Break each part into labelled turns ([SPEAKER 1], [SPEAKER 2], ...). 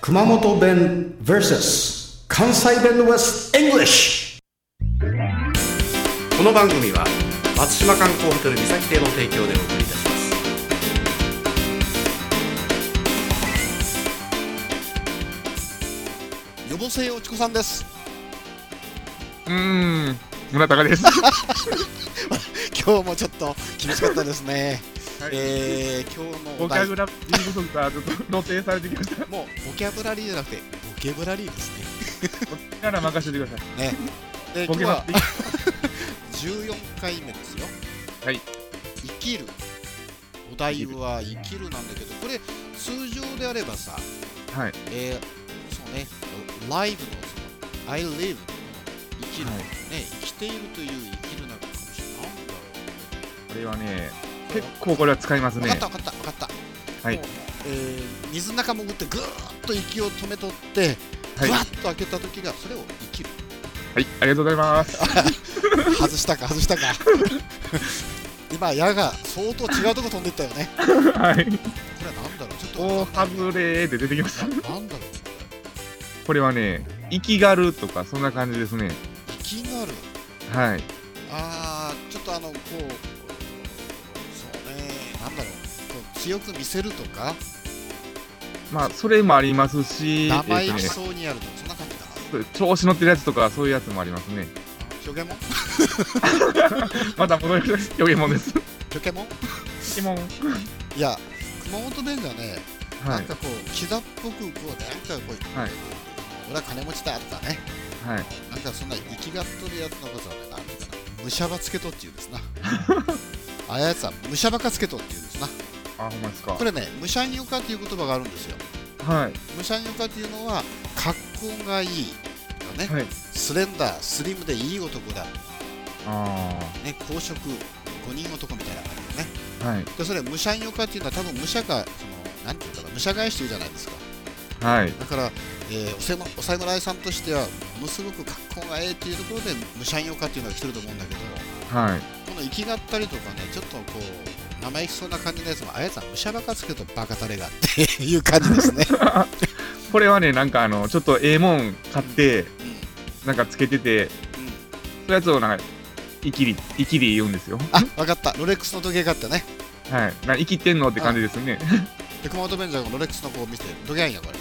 [SPEAKER 1] 熊本弁 VS 関西弁 West English
[SPEAKER 2] この番組は松島観光ホテル三崎亭の提供でお送りいたします予防性おちこさんです
[SPEAKER 3] うーん、村高です。
[SPEAKER 2] 今日もちょっと厳しかったですね、
[SPEAKER 3] はい
[SPEAKER 2] えー、今日の
[SPEAKER 3] ボ
[SPEAKER 2] お
[SPEAKER 3] キ
[SPEAKER 2] 題
[SPEAKER 3] ャブラリー不足がちょっと露呈されてきました。
[SPEAKER 2] もうボキャブラリーじゃなくてボケブラリーですね
[SPEAKER 3] なら任せてください。
[SPEAKER 2] で今
[SPEAKER 3] ボケ
[SPEAKER 2] 日
[SPEAKER 3] な
[SPEAKER 2] は
[SPEAKER 3] くていい。
[SPEAKER 2] 14回目ですよ
[SPEAKER 3] はい
[SPEAKER 2] 生きるお題は生きるなんだけどこれ通常であればさ
[SPEAKER 3] はい。
[SPEAKER 2] えー、そうね、ライブのその、I live の生きる、
[SPEAKER 3] はい
[SPEAKER 2] ね、生きているという生きるなのかもしれない。なんだろ
[SPEAKER 3] これはね、結構これは使います
[SPEAKER 2] う。分かっ
[SPEAKER 3] ね
[SPEAKER 2] た。分かった分かった。
[SPEAKER 3] はい
[SPEAKER 2] もうえー水の中潜ってぐーっと息を止めとって、
[SPEAKER 3] はい
[SPEAKER 2] ぐわっと開けた時がそれを生きる。
[SPEAKER 3] はい、ありがとうございます。
[SPEAKER 2] 外したか外したか。 今矢が相当違うとこ飛んでったよね。こ
[SPEAKER 3] はい。
[SPEAKER 2] れはなんだろう。ちょっと
[SPEAKER 3] 大
[SPEAKER 2] わかんない
[SPEAKER 3] 外れで出てきました。
[SPEAKER 2] ななんだろう。
[SPEAKER 3] これはね、生きがるとかそんな感じですね。
[SPEAKER 2] 生きがる。
[SPEAKER 3] はい。
[SPEAKER 2] あーちょっとあのこうそうねなんだろうこう強く見せるとか
[SPEAKER 3] まあ、それもありますし、えっ
[SPEAKER 2] 生
[SPEAKER 3] と
[SPEAKER 2] 意
[SPEAKER 3] ね
[SPEAKER 2] 気そうにやるとかそんな感じだな
[SPEAKER 3] そう調子乗ってるやつとかそういうやつもありますね。
[SPEAKER 2] 虚言も
[SPEAKER 3] また戻りま した。よげもんです。
[SPEAKER 2] 虚言も
[SPEAKER 3] 疑問。
[SPEAKER 2] いや熊本弁がね、
[SPEAKER 3] は
[SPEAKER 2] ないん。かこうキザっぽくこうなんかこう、
[SPEAKER 3] はい
[SPEAKER 2] 俺は金持ちだとかね
[SPEAKER 3] はい。
[SPEAKER 2] なんかそんな生きがっとるやつのことはねなんていうかなむしゃばつけとっていうん ですなああいうやつはむしゃばかつけとっていうんですな
[SPEAKER 3] あ、ほんまですか
[SPEAKER 2] こ。れねむしゃによかっていう言葉があるんですよ
[SPEAKER 3] はい。
[SPEAKER 2] むしゃによかっていうのは格好がいいとかね
[SPEAKER 3] はい。
[SPEAKER 2] スレンダー、スリムでいい男だ、
[SPEAKER 3] あ
[SPEAKER 2] ね、公職、5人男みたいな感じでね。
[SPEAKER 3] あ。はい。
[SPEAKER 2] で、それ、武者用かっていうのは、多分武者が、その、なんていうかな、武者返してるじゃないですか。
[SPEAKER 3] はい。
[SPEAKER 2] だから、えーおせまお侍さんとしては、ものすごく格好がええっていうところで、武者用かっていうのが来てると思うんだけど、
[SPEAKER 3] はい。
[SPEAKER 2] この生きがったりとかね、ちょっとこう、生意気そうな感じのやつも、あやつは武者ばかつけとバカタレがっていう感じ ですね。
[SPEAKER 3] これはね、なんかあの、ちょっとええもん買って、
[SPEAKER 2] うん。うん。
[SPEAKER 3] なんかつけてて、そういうやつをなんか、イキリ、イキリ言うんですよ。
[SPEAKER 2] あ、わかった。ロレックスの時計買ってね。
[SPEAKER 3] はい。なんか生きてんのって感じですね。
[SPEAKER 2] で、熊本弁ジャーがロレックスの子を見て、ドギャン や、これ。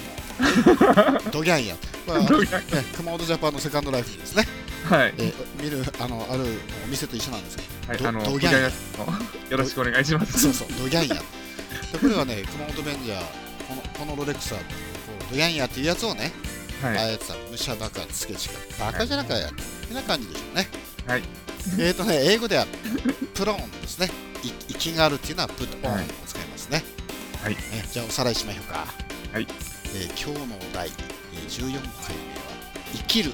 [SPEAKER 2] ドギャンや。これはね、熊本ジャパンのセカンドライフにですね、
[SPEAKER 3] はい。
[SPEAKER 2] えー見るあのあるお店と一緒なんですけど、
[SPEAKER 3] はい。
[SPEAKER 2] ど
[SPEAKER 3] あの、
[SPEAKER 2] ど
[SPEAKER 3] み
[SPEAKER 2] ぎゃん
[SPEAKER 3] たいなやつも、よろしくお願いします。
[SPEAKER 2] そうそう、ドギャンや。でこれはね、熊本ベンジャー、このこのロレックスは、こうドギャンやっていうやつをね、
[SPEAKER 3] はい。
[SPEAKER 2] ああ
[SPEAKER 3] はい。
[SPEAKER 2] やつは武者バカつけちか、バカじゃなかや、ってな感じでしょうね。
[SPEAKER 3] はい。
[SPEAKER 2] えっ、ー、とね、英語では、プロンですね。い息があるっていうのは、プットオンを使いますね。
[SPEAKER 3] はい
[SPEAKER 2] ねじゃあ、おさらいしましょうか。
[SPEAKER 3] はい。
[SPEAKER 2] えー今日のお題、えー14回目は、生きる。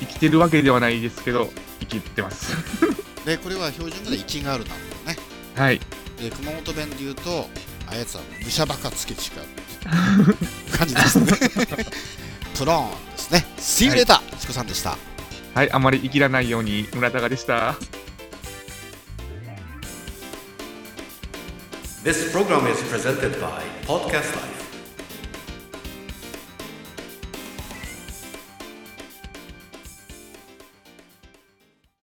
[SPEAKER 3] 生きてるわけではないですけど、生きてます。
[SPEAKER 2] で、これは標準語で息があるなんだよね。
[SPEAKER 3] はい。
[SPEAKER 2] で熊本弁で言うとあやつは武者ばかつけちかう感じですねプローンですね See you
[SPEAKER 3] はい
[SPEAKER 2] later、チコさんでした
[SPEAKER 3] はい。あまり生きらないように、村高でした。
[SPEAKER 4] This program is presented by Podcast Life.